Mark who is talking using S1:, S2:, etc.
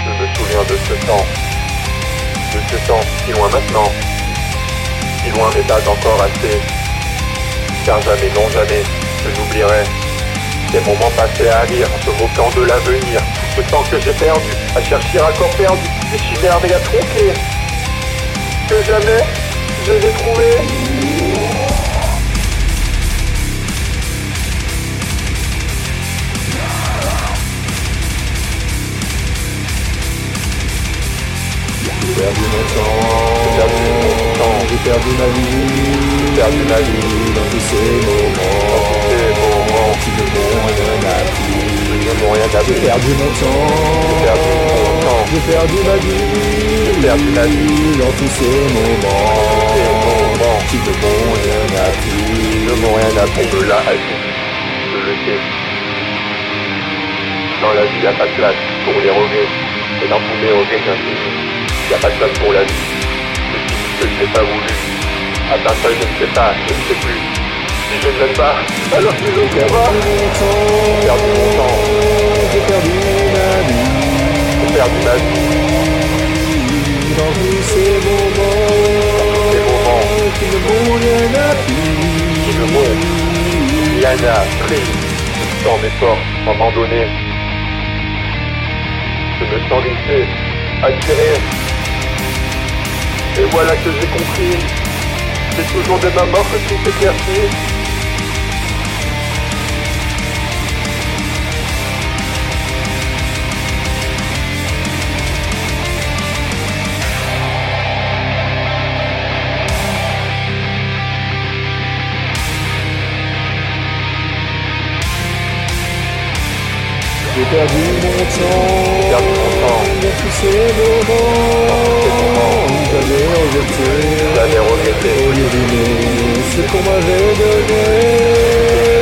S1: de ce temps. De ce temps, si loin maintenant. Si loin mais pas encore assez. Car jamais, non jamais, je n'oublierai. Ces moments passés à lire, se moquant de l'avenir. Tout ce temps que j'ai perdu, à chercher à corps perdu, déchirer mais la tronquer. Que jamais, je l'ai trouvé.
S2: J'ai perdu mon temps,
S1: perdu mon temps,
S2: j'ai perdu ma vie,
S1: J'ai perdu ma vie.
S2: dans tous ces moments,
S1: Ces moments
S2: qui ne m'ont rien appris.
S1: qui ne m'ont rien
S2: J'ai
S1: appris.
S2: perdu mon temps,
S1: J'ai perdu mon temps.
S2: j'ai perdu ma vie,
S1: J'ai perdu ma
S2: vie dans tous ces
S1: Ces
S2: moments,
S1: moments
S2: qui ne m'ont rien
S1: qui
S2: appris.
S1: ne m'ont rien appris. De là à vie, je le sais. Dans la vie, il n'y a pas de place pour les regrets. Et dans tous mes regrets, j'infinis. Il n'y a pas de place pour la vie. Je dis ce que je n'ai pas voulu. À part ça, je ne sais pas, je ne sais plus. Si je ne l'aime pas, alors je ne
S2: J'ai
S1: sais pas.
S2: perdu mon
S1: J'ai
S2: temps,
S1: perdu mon temps,
S2: j'ai perdu ma vie,
S1: j'ai perdu ma vie.
S2: dans tous ces moments,
S1: Ces moments
S2: qui ne m'ont rien appris.
S1: qui ne m'ont rien appris. Sans effort, moment donné. Je me sens glissé, attiré. Et voilà que j'ai compris. C'est toujours de ma mort que tout s'éclaircit.
S2: J'ai perdu mon temps,
S1: perdu mon temps.
S2: dans tous ces moments, jamais regretté,
S1: J'avais regretté.
S2: au lieu d'aimer, ce qu'on m'avait donné.